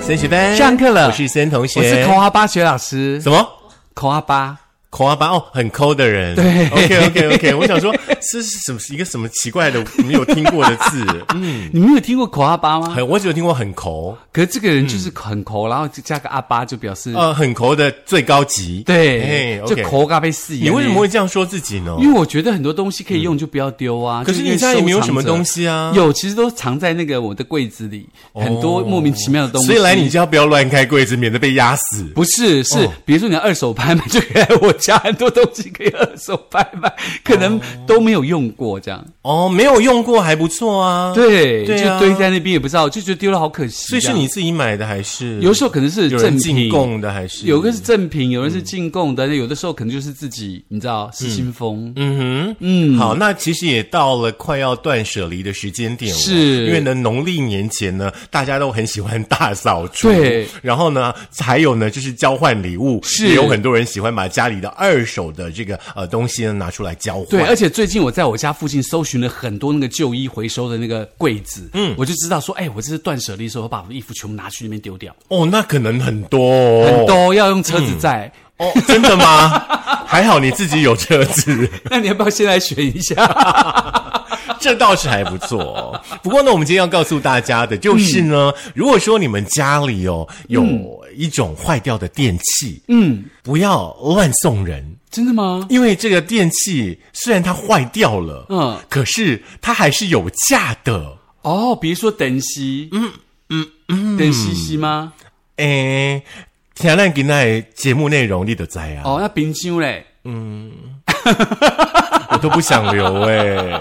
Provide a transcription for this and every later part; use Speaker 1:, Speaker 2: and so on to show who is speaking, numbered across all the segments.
Speaker 1: 森学班
Speaker 2: 上课了
Speaker 1: 我是森同学。
Speaker 2: 我是口哈巴学老师，
Speaker 1: 什么？
Speaker 2: 口哈巴
Speaker 1: 口阿巴哦，很抠的人。
Speaker 2: 对
Speaker 1: ，OK OK OK，我想说这是什么一个什么奇怪的没有听过的字？嗯，
Speaker 2: 你没有听过口哈巴吗？
Speaker 1: 很我只有听过很抠，
Speaker 2: 可是这个人就是很口，然后就加个阿巴就表示
Speaker 1: 呃，很抠的最高级。
Speaker 2: 对，
Speaker 1: 哎
Speaker 2: 就
Speaker 1: ，OK。
Speaker 2: 口嘎被四言。
Speaker 1: 你为什么会？这样说自己呢？
Speaker 2: 因为我觉得很多东西可以用就不要丢啊。
Speaker 1: 嗯可是
Speaker 2: 就因
Speaker 1: 你
Speaker 2: 为
Speaker 1: 家也没有什么
Speaker 2: 收藏者
Speaker 1: 东西啊
Speaker 2: 有，其实都藏在那个我的柜子里，很多
Speaker 1: 哦
Speaker 2: 莫名其妙的东西。
Speaker 1: 所以来你家哦不要乱开柜子，免得被压死。
Speaker 2: 不是，是、比如说你的二手拍卖，就可以来我家很多东西可以二手拍卖，可能都没有用过这样。
Speaker 1: 哦，没有用过还不错啊。，
Speaker 2: 对，
Speaker 1: 对啊
Speaker 2: 就堆在那边也不知道，就觉得丢了好可惜。啊
Speaker 1: 所以
Speaker 2: 这
Speaker 1: 是
Speaker 2: 样
Speaker 1: 你自己买的还是
Speaker 2: 有时候可能是
Speaker 1: 有
Speaker 2: 正
Speaker 1: 人进
Speaker 2: 品，
Speaker 1: 贡的还是嗯
Speaker 2: 有个是正品，有人是进贡的，有的时候可能就是自己，你知道失心疯。
Speaker 1: 嗯哼，嗯，好，那其实也到了快要断舍离的时间点了，
Speaker 2: 是
Speaker 1: 因为呢，农历年前呢，大家都很喜欢大扫除，
Speaker 2: 对，
Speaker 1: 然后呢，还有呢，就是交换礼物，
Speaker 2: 是
Speaker 1: 也有很多人喜欢把家里的二手的这个呃东西呢拿出来交换，
Speaker 2: 对，而且最近我在我家附近搜寻了很多那个旧衣回收的那个柜子，嗯，我就知道说，哎，我这次断舍离的时候，我把我的衣服全部拿去那边丢掉，
Speaker 1: 哦，那可能很多、哦，
Speaker 2: 很多要用车子 载。
Speaker 1: 哦，真的吗？ 还好你自己有车子。
Speaker 2: 那你要不要先来选一
Speaker 1: 嗯
Speaker 2: 下？
Speaker 1: 这倒是还不错哦、不过呢，我们今天要告诉大家的就是呢，
Speaker 2: 嗯
Speaker 1: 如果说你们家里哦有一种坏掉的电器，嗯，不要乱送人。
Speaker 2: 真的吗？
Speaker 1: 因为这个电器虽然它坏掉了，嗯
Speaker 2: 嗯，
Speaker 1: 可是它还是有价的。
Speaker 2: 哦，比如说等西，嗯嗯嗯，等西西吗？
Speaker 1: 诶，听咱今天的节目内容你都知啊，
Speaker 2: 哦，那冰箱嘞？
Speaker 1: 我都不想留诶。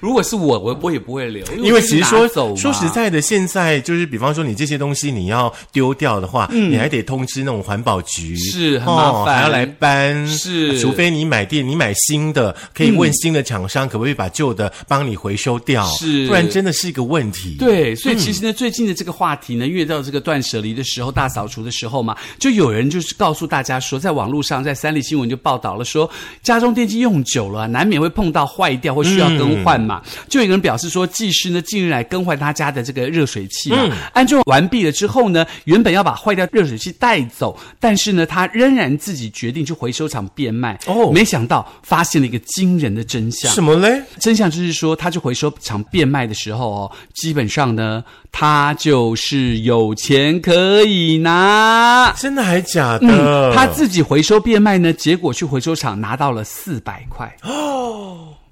Speaker 2: 如果是我，我我也不会留，
Speaker 1: 因为其实
Speaker 2: 我
Speaker 1: 说
Speaker 2: 就是拿走嘛
Speaker 1: 说实，在的，现在就是比方说你这些东西你要丢掉的话，你还得通知那种环保局，
Speaker 2: 嗯是很麻烦
Speaker 1: 哦还要来搬，
Speaker 2: 是
Speaker 1: 除非你买店，你买新的，可以问新的厂商可不可以把旧的帮你回收掉，
Speaker 2: 是
Speaker 1: 不然真的是一个问题。。
Speaker 2: 对，所以其实呢，最近的这个话题呢，越到这个断舍离的时候、大扫除的时候嘛，就有人就是告诉大家说，在网络上，在三立新闻就报道了说，家中电器用久了啊、难免会碰到坏掉或需要更换嘛。
Speaker 1: 嗯
Speaker 2: 就有一个人表示说，技师呢近日来更换他家的这个热水器
Speaker 1: 嗯
Speaker 2: 嘛，安装完毕了之后呢，原本要把坏掉热水器带走，但是呢，他仍然自己决定去回收厂变卖。
Speaker 1: 哦
Speaker 2: 没想到发现了一个惊人的真相。
Speaker 1: 什么嘞？
Speaker 2: 真相就是说，他去回收厂变卖的时候哦，基本上呢，他就是有钱可以拿。
Speaker 1: 真的还假的？
Speaker 2: 嗯，他自己回收变卖呢，结果去回收厂拿到了四百块哦。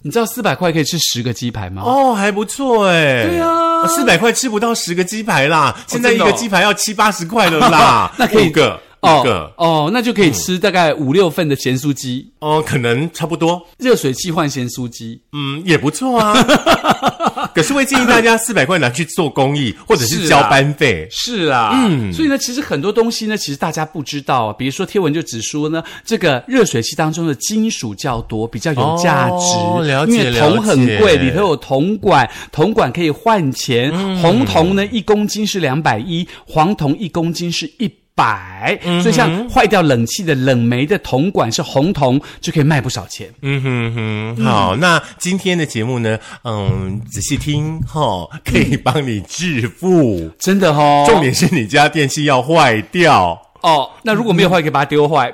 Speaker 2: 你知道四百块可以吃十个鸡排吗？
Speaker 1: 哦，还不错哎。
Speaker 2: 对啊
Speaker 1: 四百块吃不到十个鸡排啦，现在一
Speaker 2: 真的
Speaker 1: 个
Speaker 2: 哦
Speaker 1: 鸡排要七八十块了啦
Speaker 2: ，那可以
Speaker 1: 五个。
Speaker 2: 哦
Speaker 1: 五个
Speaker 2: 哦，那就可以吃大概五六份的咸酥鸡，
Speaker 1: 哦，可能差不多，
Speaker 2: 热水器换咸酥鸡。
Speaker 1: 嗯，也不错 啊。可是会建议大家四百块拿去做公益，或者是
Speaker 2: 是
Speaker 1: 交
Speaker 2: 啊
Speaker 1: 班费。
Speaker 2: 是啊，嗯，所以呢，其实很多东西呢，其实大家不知道啊。比如说贴文就只说呢，这个热水器当中的金属较多，比较有价值，
Speaker 1: 哦了解
Speaker 2: 因为铜很
Speaker 1: 了解嗯
Speaker 2: 贵，里头有铜管，铜管可以换钱。红铜呢，一公斤是两百一，黄铜一公斤是一。百，
Speaker 1: 嗯
Speaker 2: 所以像坏掉冷气的冷媒的铜管是红铜，就可以卖不少钱。
Speaker 1: 嗯哼哼，好，那今天的节目呢，嗯，仔细听哈、可以帮你致富。
Speaker 2: 真的嗯哦，
Speaker 1: 重点是你家电器要坏掉，
Speaker 2: 哦。那如果没有坏，可以把它丢坏。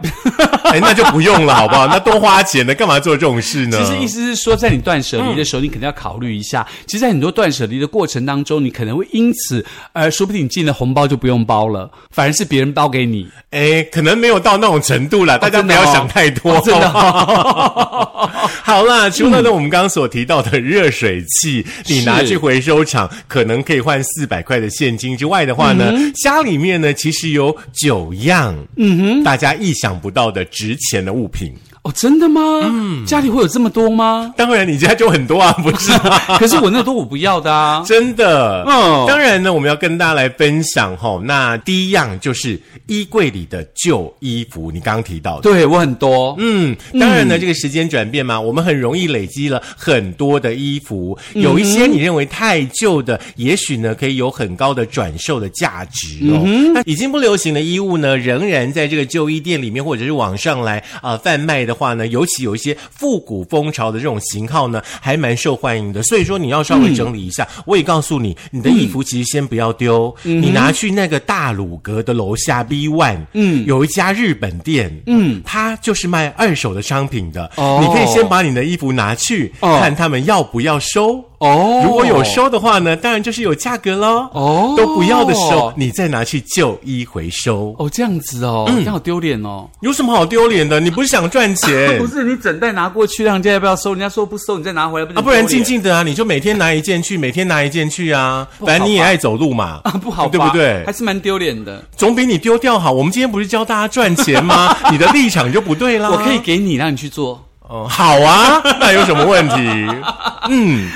Speaker 1: 哎，那就不用了，好不好？那多花钱的，干嘛做这种事呢？
Speaker 2: 其实意思是说，在你断舍离的时候，你可能要考虑一下。其实，在很多断舍离的过程当中，你可能会因此，呃，说不定你进了红包就不用包了，反而是别人包给你。哦
Speaker 1: 哎，可能没有到那种程度啦，大家
Speaker 2: 真
Speaker 1: 不
Speaker 2: 的哦
Speaker 1: 要想太多。
Speaker 2: 哦真的哦
Speaker 1: 好啦，除了呢我们刚刚所提到的热水器，你拿去回收厂可能可以换四百块的现金之外的话呢，家里面呢其实有九样，嗯哼，大家意想不到的值钱的物品。？
Speaker 2: 哦，真的吗？嗯，家里会有这么多吗
Speaker 1: 当然，你家就很多啊，不是吗？
Speaker 2: 可是我那多我不要的啊。
Speaker 1: 真的，
Speaker 2: 嗯
Speaker 1: 当然呢，我们要跟大家来分享吼、那第一样就是衣柜里的旧衣服，你刚刚提到的。
Speaker 2: 对我很多，
Speaker 1: 嗯，当然呢，这个时间转变嘛，我们很容易累积了很多的衣服，有一些你认为太旧的，也许呢可以有很高的转售的价值哦。那已经不流行的衣物呢，仍然在这个旧衣店里面或者是网上来啊、呃贩卖的的话呢，尤其有一些复古风潮的这种型号呢，还蛮受欢迎的。所以说你要稍
Speaker 2: 嗯
Speaker 1: 微整理一下，我也告诉你，你的衣服其实先不要丢，
Speaker 2: 嗯
Speaker 1: 你拿去那个大鲁阁的楼下 B One，嗯，有一家日本店，嗯，它就是卖二手的商品的，
Speaker 2: 哦
Speaker 1: 你可以先把你的衣服拿去、
Speaker 2: 哦
Speaker 1: 看他们要不要收。
Speaker 2: 哦
Speaker 1: 如果有收的话呢，当然就是有价格喽。
Speaker 2: 哦
Speaker 1: 都不要的时候，你再拿去旧衣回收，
Speaker 2: 哦，这样子哦，
Speaker 1: 嗯
Speaker 2: 这样好丢脸哦。
Speaker 1: 有什么好丢脸的？你不是想赚钱
Speaker 2: 不？是你整袋拿过去，让人家要不要收？人家说不收，你再拿回来不就
Speaker 1: 啊，不然
Speaker 2: 丢
Speaker 1: 静
Speaker 2: 脸
Speaker 1: 静的啊，你就每天拿一件去，每天拿一件去啊，反正你也爱走路嘛，
Speaker 2: 啊，不好吧，
Speaker 1: 对不对
Speaker 2: 还？是蛮丢脸的。
Speaker 1: 总比你丢掉好。我们今天不是教大家赚钱 吗？你的立场就不对啦。
Speaker 2: 我可以，给你，让你去做。
Speaker 1: 哦，好啊，那有什么问 题？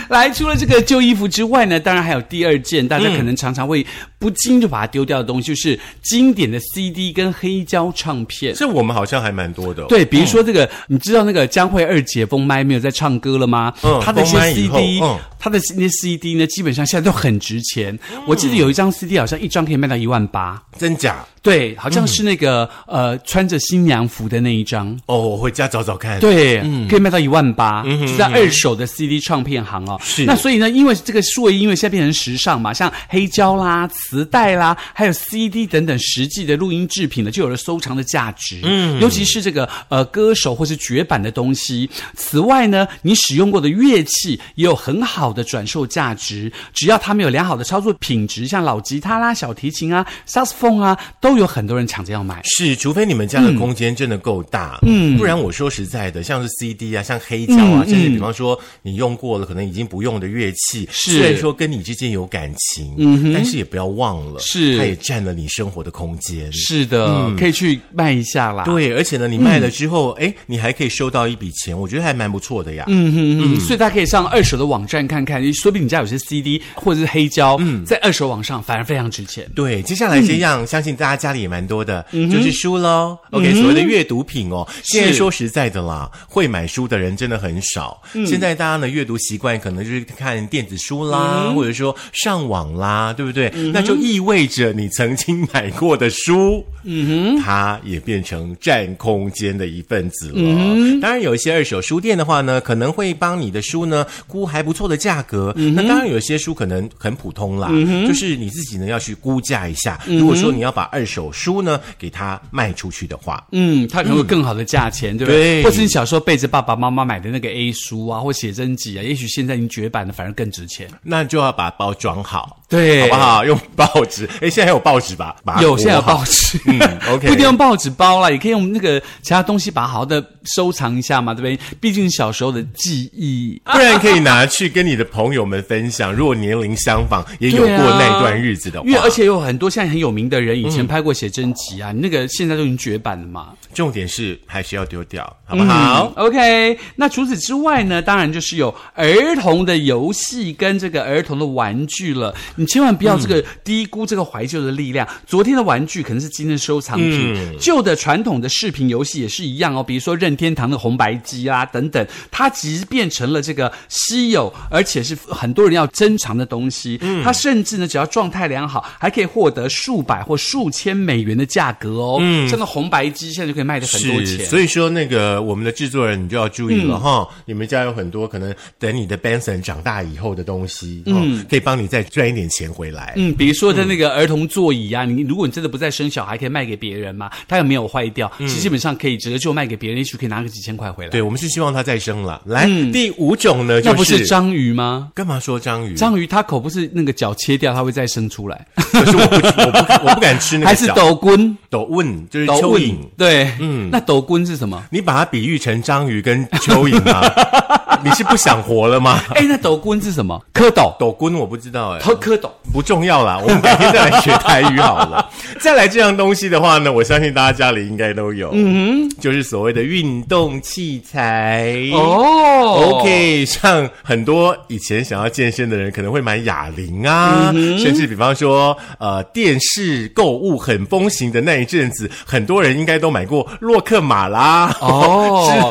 Speaker 2: 来，除了这个旧衣服之外呢，当然还有第二件，大家可能常常会不经就把它丢掉的东西，就是经典的 CD 跟黑胶唱片。
Speaker 1: 这我们好像还蛮多的哦、
Speaker 2: 对，比如说这个，你知道那个江惠二姐封麦没有在唱歌了吗？
Speaker 1: 嗯
Speaker 2: 她的一些
Speaker 1: 封麦以后
Speaker 2: CD，
Speaker 1: 嗯
Speaker 2: 她的那些 CD 呢，基本上现在都很值钱。我记得有一张 CD 好像一张可以卖到一万八。
Speaker 1: 真假？
Speaker 2: 对，好像是那个、呃穿着新娘服的那一张。
Speaker 1: 哦，我回家找找看。，
Speaker 2: 对，可以卖到一万八，就在二手的 CD 唱片行哦。
Speaker 1: 是
Speaker 2: 那所以呢，因为这个数位音乐现在变成时尚嘛，像黑胶啦、磁带啦，还有 CD 等等实际的录音制品呢，就有了收藏的价值。嗯，尤其是这个呃歌手或是绝版的东西。此外呢，你使用过的乐器也有很好的转售价值，只要他们有良好的操作品质，像老吉他啦、小提琴啊、萨克斯风啊，都有很多人抢着要买。
Speaker 1: 是，除非你们家的空间真的够大，嗯，不然我说实在的，像是 CD 啊，像黑胶啊，甚至比方说你用过了，可能已经不用的乐器，
Speaker 2: 是
Speaker 1: 虽然说跟你之间有感情，嗯，但是也不要忘了，
Speaker 2: 是
Speaker 1: 它也占了你生活的空间，
Speaker 2: 是的，嗯可以去卖一下啦。
Speaker 1: 对，而且呢，你卖了之后，哎、你还可以收到一笔钱，我觉得还蛮不错的呀。嗯，
Speaker 2: 嗯，所以大家可以上二手的网站看看，说不定你家有些 CD 或者是黑胶，在二手网上反而非常值钱。
Speaker 1: 对，接下来这样，相信大家家里也蛮多的，就是书喽。OK，、所谓的阅读品哦，现在说实在的啦，会买书的人真的很少。现在大家呢，阅读习惯可能就是看电子书啦，或者说上网啦，对不对？那就意味着你曾经买过的书，嗯哼，它也变成占空间的一份子了。当然，有一些二手书店的话呢，可能会帮你的书呢估还不错的价格。那当然，有些书可能很普通啦，就是你自己呢要去估价一下。如果说你要把二手书呢给它卖出去的话，
Speaker 2: 嗯，它可能有更好的价钱，对不对？
Speaker 1: 对
Speaker 2: 或是你小时候背着爸爸妈妈买的那个 A 书啊，或写真集啊，也许现在已经绝版了，反而更值钱。
Speaker 1: 那就要把包装好，
Speaker 2: 对
Speaker 1: 好不好？用报纸，诶，现在还有报纸吧？把它
Speaker 2: 哎有，现在有
Speaker 1: 裹啊好
Speaker 2: 报纸。
Speaker 1: 嗯 ，OK，
Speaker 2: 不一定用报纸包啦，也可以用那个其他东西把它好好的收藏一下嘛，对不对？毕竟小时候的记忆。
Speaker 1: 不然可以拿去跟你的朋友们分享。如果年龄相仿，也有过
Speaker 2: 对啊
Speaker 1: 那段日子的话，
Speaker 2: 因为而且有很多现在很有名的人以前拍过写真集啊，你那个现在都已经绝版了嘛。
Speaker 1: 重点是还是要丢掉，好不好？
Speaker 2: 嗯，OK。那除此之外呢，当然就是有儿童的游戏跟这个儿童的玩具了。你千万不要这
Speaker 1: 嗯
Speaker 2: 个低估这个怀旧的力量。昨天的玩具可能是今天的收藏品，
Speaker 1: 嗯
Speaker 2: 旧的传统的视频游戏也是一样哦，比如说任天堂的红白机啊等等，它即便成了这个稀有，而且是很多人要珍藏的东西。
Speaker 1: 嗯
Speaker 2: 它甚至呢，只要状态良好，还可以获得数百或数千美元的价格哦。像那红白机现在就可以卖得很多
Speaker 1: 嗯是，
Speaker 2: 钱。嗯
Speaker 1: 所以说那个我们的制作人你就要注意了哈、你们家有很多可能等你的 Benson 长大以后的东西，嗯，可以帮你再赚一点钱回来。
Speaker 2: 嗯，比如说的那个儿童座椅啊，你如果你真的不再生小孩，可以卖给别人嘛，它又没有坏掉，其实基本上可以折旧卖给别人，也许可以拿个几千块回来。
Speaker 1: 嗯对，我们是希望他再生了。来，第五种呢，就
Speaker 2: 嗯那不是章鱼吗？
Speaker 1: 干嘛说章鱼？
Speaker 2: 章鱼它口不是那个脚切掉，它会再生出来，
Speaker 1: 可是我不，我不，我不敢吃那个
Speaker 2: 还是
Speaker 1: 脚
Speaker 2: 斗棍？
Speaker 1: 斗问，就是
Speaker 2: 斗
Speaker 1: 蚯蚓
Speaker 2: 棍。对，嗯，那斗棍是什 么？
Speaker 1: 你把它比喻成章鱼跟蚯蚓 啊，你是不想活了吗？
Speaker 2: 哎，那斗棍是什么？蝌蚪，
Speaker 1: 斗棍我不知道哎、
Speaker 2: 蝌蝌蚪。
Speaker 1: 不重要啦，我们改天再来学台语好 了。再来这样东西的话呢，我相信大家家里应该都有，嗯哼，就是所谓的运动器材。
Speaker 2: 哦
Speaker 1: OK，像很多以前想要健身的人，可能会买哑铃啊，
Speaker 2: 嗯
Speaker 1: 甚至比方说，呃，电视购物很风行的那一阵子，很多人应该都买过洛克马啦，
Speaker 2: 哦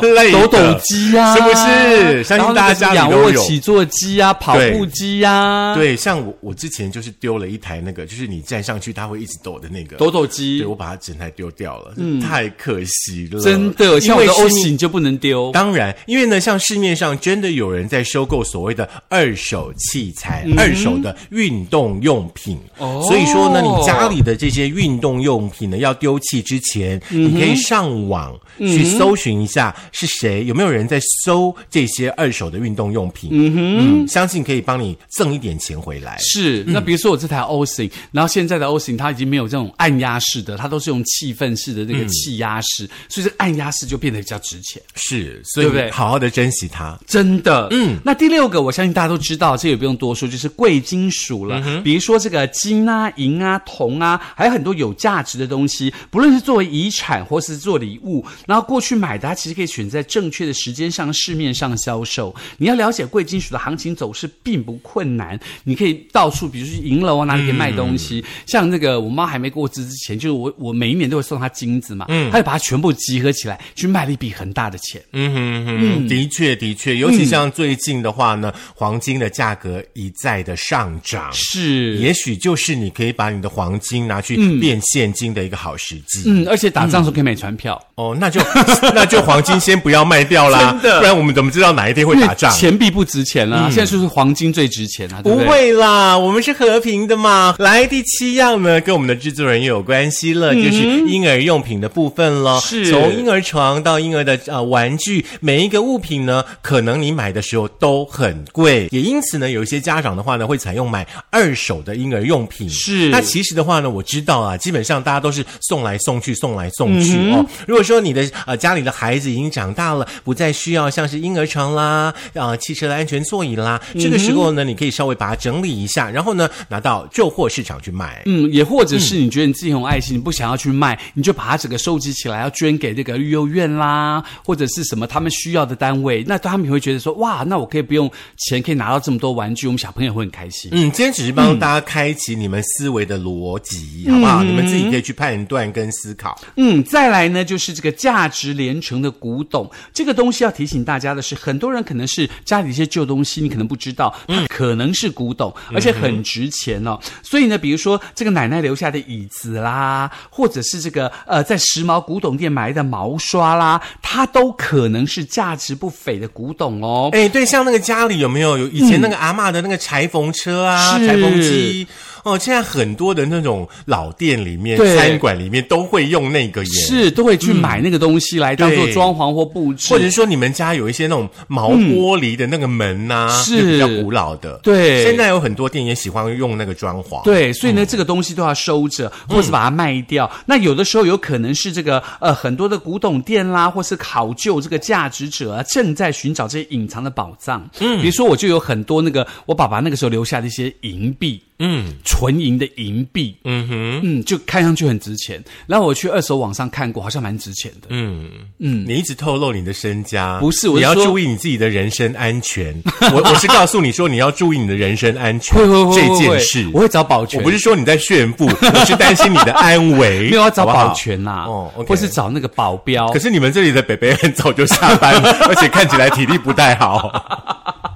Speaker 1: 之类的
Speaker 2: 抖抖机啊
Speaker 1: 是不是？相
Speaker 2: 然后
Speaker 1: 信
Speaker 2: 那
Speaker 1: 大
Speaker 2: 个
Speaker 1: 家
Speaker 2: 什
Speaker 1: 家里
Speaker 2: 么仰
Speaker 1: 都
Speaker 2: 卧
Speaker 1: 有。
Speaker 2: 起坐机啊，跑
Speaker 1: 对
Speaker 2: 步机啊，，
Speaker 1: 对，像我我之前就是丢了一台那个，就是你站上去它会一直抖的那个
Speaker 2: 抖抖机嗯
Speaker 1: 对，我把它整台丢掉了，太可惜了。
Speaker 2: 真的，
Speaker 1: 因
Speaker 2: 像我
Speaker 1: 为
Speaker 2: 的 O
Speaker 1: 市面
Speaker 2: 型就不能丢。
Speaker 1: 当然，因为呢，像市面上真的有人在收购所谓的二手器材、二手的运动用品，
Speaker 2: 嗯哦
Speaker 1: 所以说呢，你家里的这些运动用品呢，要丢弃之前，
Speaker 2: 嗯
Speaker 1: 你可以上网去搜寻一下是谁有没有人在收这些二手的运动用品，嗯相信可以帮你挣一点钱回来。
Speaker 2: 是，那比如说我这台 O 型，然后现在的 O 型它已经没有这种按压式的，它都是用气氛式的
Speaker 1: 嗯
Speaker 2: 那个气压式，所以这按压式就变得比较值钱。
Speaker 1: 是，所以
Speaker 2: 对不对
Speaker 1: 好好的珍惜它。
Speaker 2: 真的，嗯，那第六个我相信大家都知道，这也不用多说，就是贵金属了。比如说这个金啊、银啊、铜啊，还有很多有价值的东西，不论是作为遗产或是做礼物，然后过去买的，它其实可以选在正确的时间上、市面上销售。你要了解贵金属的行情走势并不困难，你可以到处，比如说银楼啊，哪里可以卖东西。像那个我妈还没过世之前，就是我我每一年都会送她金子嘛，嗯，她就把它全部集合起来去卖了一笔很大的钱。
Speaker 1: 嗯哼哼，的确的
Speaker 2: 嗯
Speaker 1: 确，尤其像最近的话呢，黄金的价格一再的上涨。
Speaker 2: 是，
Speaker 1: 也许就是你可以把你的黄金拿去变现金的一个好时机。
Speaker 2: 嗯，而且打仗的时候可以买船票，
Speaker 1: 哦，那就 那就黄金先不要卖掉啦，
Speaker 2: 真的
Speaker 1: 不然我们怎么知道哪一天会
Speaker 2: 嗯因为
Speaker 1: 打仗？嗯
Speaker 2: 钱币不值钱了、啊现在就是黄金最值钱啊，对
Speaker 1: 不
Speaker 2: 对？
Speaker 1: 会啦，我们是和平的嘛。来，第七样呢，跟我们的制作人又有关系了，就是婴儿用品的部分了。
Speaker 2: 嗯是
Speaker 1: 从婴儿床到婴儿的呃玩具，每一个物品呢，可能你买的时候都很贵，也因此呢，有一些家长的话呢，会采用买二手的婴儿用品。
Speaker 2: 是
Speaker 1: 那其实的话呢，我知道啊，基本上大家都是送来送去，送来送去、哦。如果说你的呃家里的孩子已经长大了，不再需要像是婴儿床啦、啊、汽车的安全座椅啦，这个时候呢，你可以稍微把它整理一下，然后呢拿到旧货市场去卖。
Speaker 2: 嗯，也或者是你觉得你自己很有爱心，你不想要去卖，你就把它整个收集起来，要捐给那个育幼院啦，或者是什么他们需要的单位，那他们也会觉得说，哇，那我可以不用钱，可以拿到这么多玩具，我们小朋友会很开心。
Speaker 1: 嗯，今天只是帮大家开启你们思维的逻辑，好不好？你们自己可以去判断跟思考。
Speaker 2: 嗯，再来呢，就是这个价值连城的古董。这个东西要提醒大家的是，很多人可能是家里一些旧东西，你可能不知道，
Speaker 1: 嗯
Speaker 2: 它可能是古董，而且很值钱哦。所以呢，比如说这个奶奶留下的椅子啦，或者是这个呃在时髦古董店买的毛刷啦，它都可能是价值不菲的古董哦。
Speaker 1: 哎，对，像那个家里有没有有以前那个阿嬷的那个裁缝车啊、
Speaker 2: 嗯是
Speaker 1: 裁缝机？哦，现在很多的那种老店里面、
Speaker 2: 对
Speaker 1: 餐馆里面都会用那个耶。。
Speaker 2: 是，都会去买那个东西来当做
Speaker 1: 嗯对
Speaker 2: 装潢或布置，
Speaker 1: 或者是说你们家有一些那种毛玻璃的那个门呐、
Speaker 2: 嗯是
Speaker 1: 就比较古老的。
Speaker 2: 对
Speaker 1: 现在有很多店也喜欢用那个装潢。，
Speaker 2: 对，所以呢，这个东西都要收着，或是把它卖掉。那有的时候有可能是这个呃很多的古董店啦，或是考究这个价值者啊，正在寻找这些隐藏的宝藏。嗯，比如说我就有很多那个我爸爸那个时候留下的一些银币。嗯，纯银的银币，嗯哼，嗯，就看上去很值钱。然后我去二手网上看过，好像蛮值钱的。
Speaker 1: 嗯，你一直透露你的身家，
Speaker 2: 不是我是
Speaker 1: 你要
Speaker 2: 说
Speaker 1: 注意你自己的人身安全。我我是告诉你说你要注意你的人身安全，
Speaker 2: 会会会
Speaker 1: 这
Speaker 2: 会会
Speaker 1: 件事。
Speaker 2: 我会找保
Speaker 1: 我
Speaker 2: 全，
Speaker 1: 不是说你在炫 富，我是担心你的安危。
Speaker 2: 没有要找
Speaker 1: 好不好
Speaker 2: 保全啦，
Speaker 1: 哦，OK
Speaker 2: 或是找那个保镖
Speaker 1: 可。是你们这里的北北很早就下班 了，而且看起来体力不太好。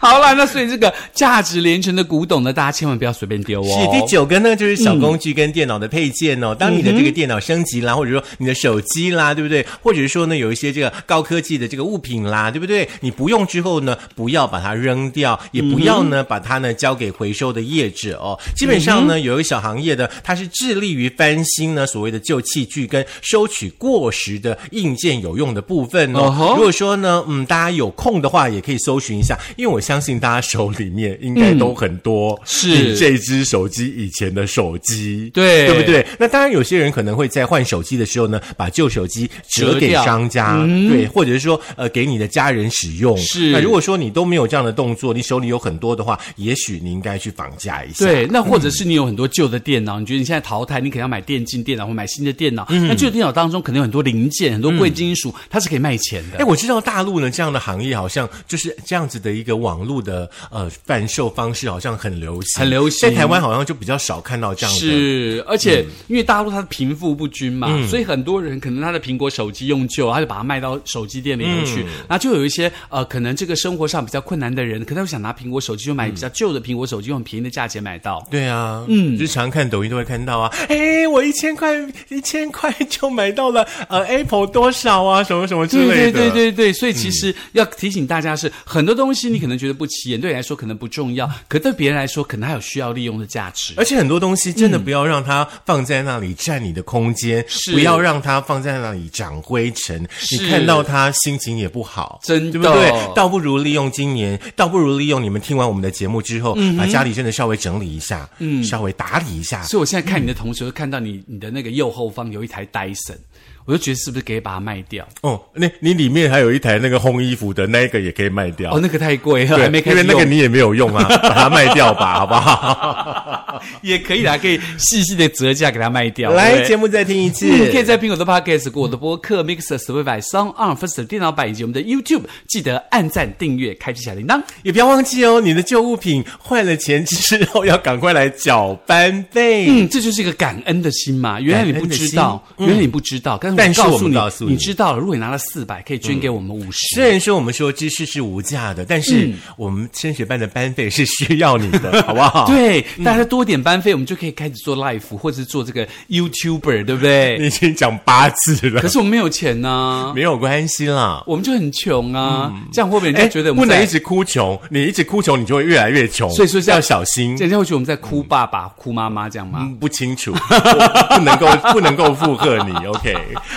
Speaker 2: 好啦，那所以这个价值连城的古董呢，大家千万不要随便丢哦。
Speaker 1: 是第九个呢，就是小工具跟电脑的配件哦。当你的这个电脑升级啦，或者说你的手机啦，对不对？或者说呢，有一些这个高科技的这个物品啦，对不对？你不用之后呢，不要把它扔掉，也不要呢把它呢交给回收的业者哦。基本上呢，有一个小行业的，它是致力于翻新呢所谓的旧器具跟收取过时的硬件有用的部分
Speaker 2: 哦
Speaker 1: 哦。
Speaker 2: 吼
Speaker 1: 如果说呢，嗯，大家有空的话，也可以搜寻一下，因为我相信大家手里面应该都很多、
Speaker 2: 是
Speaker 1: 你这只手机以前的手机，
Speaker 2: 对
Speaker 1: 对不对？那当然，有些人可能会在换手机的时候呢，把旧手机折
Speaker 2: 折
Speaker 1: 给
Speaker 2: 掉嗯
Speaker 1: 商家，对，或者是说呃给你的家人使用。
Speaker 2: 是
Speaker 1: 那如果说你都没有这样的动作，你手里有很多的话，也许你应该去仿价一下。
Speaker 2: 对，那或者是你有很多旧的电脑，你觉得你现在淘汰，你可能要买电竞电脑或买新的电脑。
Speaker 1: 嗯
Speaker 2: 那旧的电脑当中可能有很多零件、很多贵金属，它是可以卖钱的
Speaker 1: 嗯哎，。我知道大陆呢这样的行业好像就是这样子的一个网络的呃贩售方式好像很流行，
Speaker 2: 很流行
Speaker 1: 在台湾好像就比较少看到这样的。
Speaker 2: 是，而
Speaker 1: 嗯
Speaker 2: 且因为大陆它的贫富不均嘛，所以很多人可能他的苹果手机用旧，他就把它卖到手机店里头
Speaker 1: 嗯
Speaker 2: 去。那就有一些呃，可能这个生活上比较困难的人，可能他想拿苹果手机，就买比较旧的苹果手机，用很便宜的价钱买到。
Speaker 1: 对啊，嗯，就常看抖音都会看到啊，哎，我一千块一千块就买到了呃 Apple 多少啊，什么什么之类的。嗯
Speaker 2: 对对对对，所以其实要提醒大家是，很多东西你可能觉得不起眼，对你来说可能不重
Speaker 1: 嗯
Speaker 2: 要，可对别人来说可能还有需要利用的价值。
Speaker 1: 而且很多东西真的不要让它放在那里占你的空间，
Speaker 2: 是
Speaker 1: 不要让它放在那里长灰尘。
Speaker 2: 是
Speaker 1: 你看到它心情也不好，
Speaker 2: 真的
Speaker 1: 对不对？倒不如利用今年，倒不如利用你们听完我们的节目之后，
Speaker 2: 嗯
Speaker 1: 把家里真的稍微整理一下，嗯，稍微打理一下。
Speaker 2: 所以我现在看你的同学，看到你你的那个右后方有一台 Dyson，我就觉得是不是可以把它卖掉？
Speaker 1: 哦，那你里面还有一台那个烘衣服的那一个也可以卖掉。
Speaker 2: 哦，那个太贵了，
Speaker 1: 对
Speaker 2: 还没开
Speaker 1: 因
Speaker 2: 始
Speaker 1: 为那
Speaker 2: 用。
Speaker 1: 个你也没有用啊，把它卖掉吧，好不好？
Speaker 2: 也可以啦，可以细细的折价给它卖掉。对
Speaker 1: 来，
Speaker 2: 不对
Speaker 1: 节目再听一 次，
Speaker 2: 嗯可以在苹果的 Podcast、我的播客、Mixer、Spotify、Sound On、First 电脑版以及我们的 YouTube，记得按赞、订阅、开启小铃铛。
Speaker 1: 也不要忘记哦，你的旧物品换了钱之后，要赶快来缴班费。
Speaker 2: 嗯，这就是一个感恩的心嘛。原来你不知道，原来你不知道，
Speaker 1: 嗯
Speaker 2: 但
Speaker 1: 但
Speaker 2: 是
Speaker 1: 是
Speaker 2: 我
Speaker 1: 我们
Speaker 2: 告诉你，
Speaker 1: 告诉你嗯
Speaker 2: 知道了。如果你拿了四百，可以捐给我们五十、
Speaker 1: 虽然说我们说知识是无价的，但是
Speaker 2: 嗯
Speaker 1: 我们升学班的班费是需要你 的，好不好？。
Speaker 2: 对，大家多点班费，我们就可以开始做 live 或者是做这个 YouTuber，对不对？
Speaker 1: 你已经讲八次了
Speaker 2: 可，是我们没有钱呢、
Speaker 1: 没有关系啦。
Speaker 2: 我们就很穷啊。这样会不会人
Speaker 1: 哎
Speaker 2: 家觉得我
Speaker 1: 不
Speaker 2: 们
Speaker 1: 能
Speaker 2: 在
Speaker 1: 一直哭穷，你一直哭穷，你就会越来越穷。
Speaker 2: 所以说是要
Speaker 1: 要小心，
Speaker 2: 人家会觉得我们在哭爸爸、哭妈妈这样吗？
Speaker 1: 嗯嗯不清楚，我不能够不能够附和你。OK，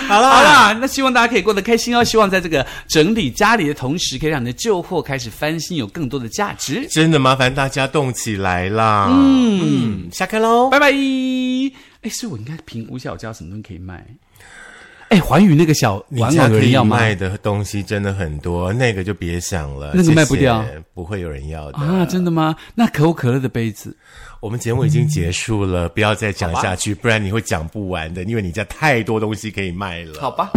Speaker 1: 好 啦
Speaker 2: 好啦，那希望大家可以过得开心哦。希望在这个整理家里的同时，可以让你的旧货开始翻新，有更多的价值。
Speaker 1: 真的麻烦大家动起来啦。嗯，下课喽。
Speaker 2: 拜拜。哎，所以我应该评估一下我家有什么东西可以卖。哎，环宇那个小
Speaker 1: 你
Speaker 2: 玩偶
Speaker 1: 家
Speaker 2: 有
Speaker 1: 可
Speaker 2: 人
Speaker 1: 以
Speaker 2: 要吗？
Speaker 1: 卖的东西真的很多，那个就别想了，
Speaker 2: 那个
Speaker 1: 谢谢
Speaker 2: 卖不掉，
Speaker 1: 不会有人要的。
Speaker 2: 啊，真的吗？那可口可乐的杯子，
Speaker 1: 我们节目已经结
Speaker 2: 嗯
Speaker 1: 束了，不要再讲下去，不然你会讲不完的，因为你家太多东西可以卖了。
Speaker 2: 好吧。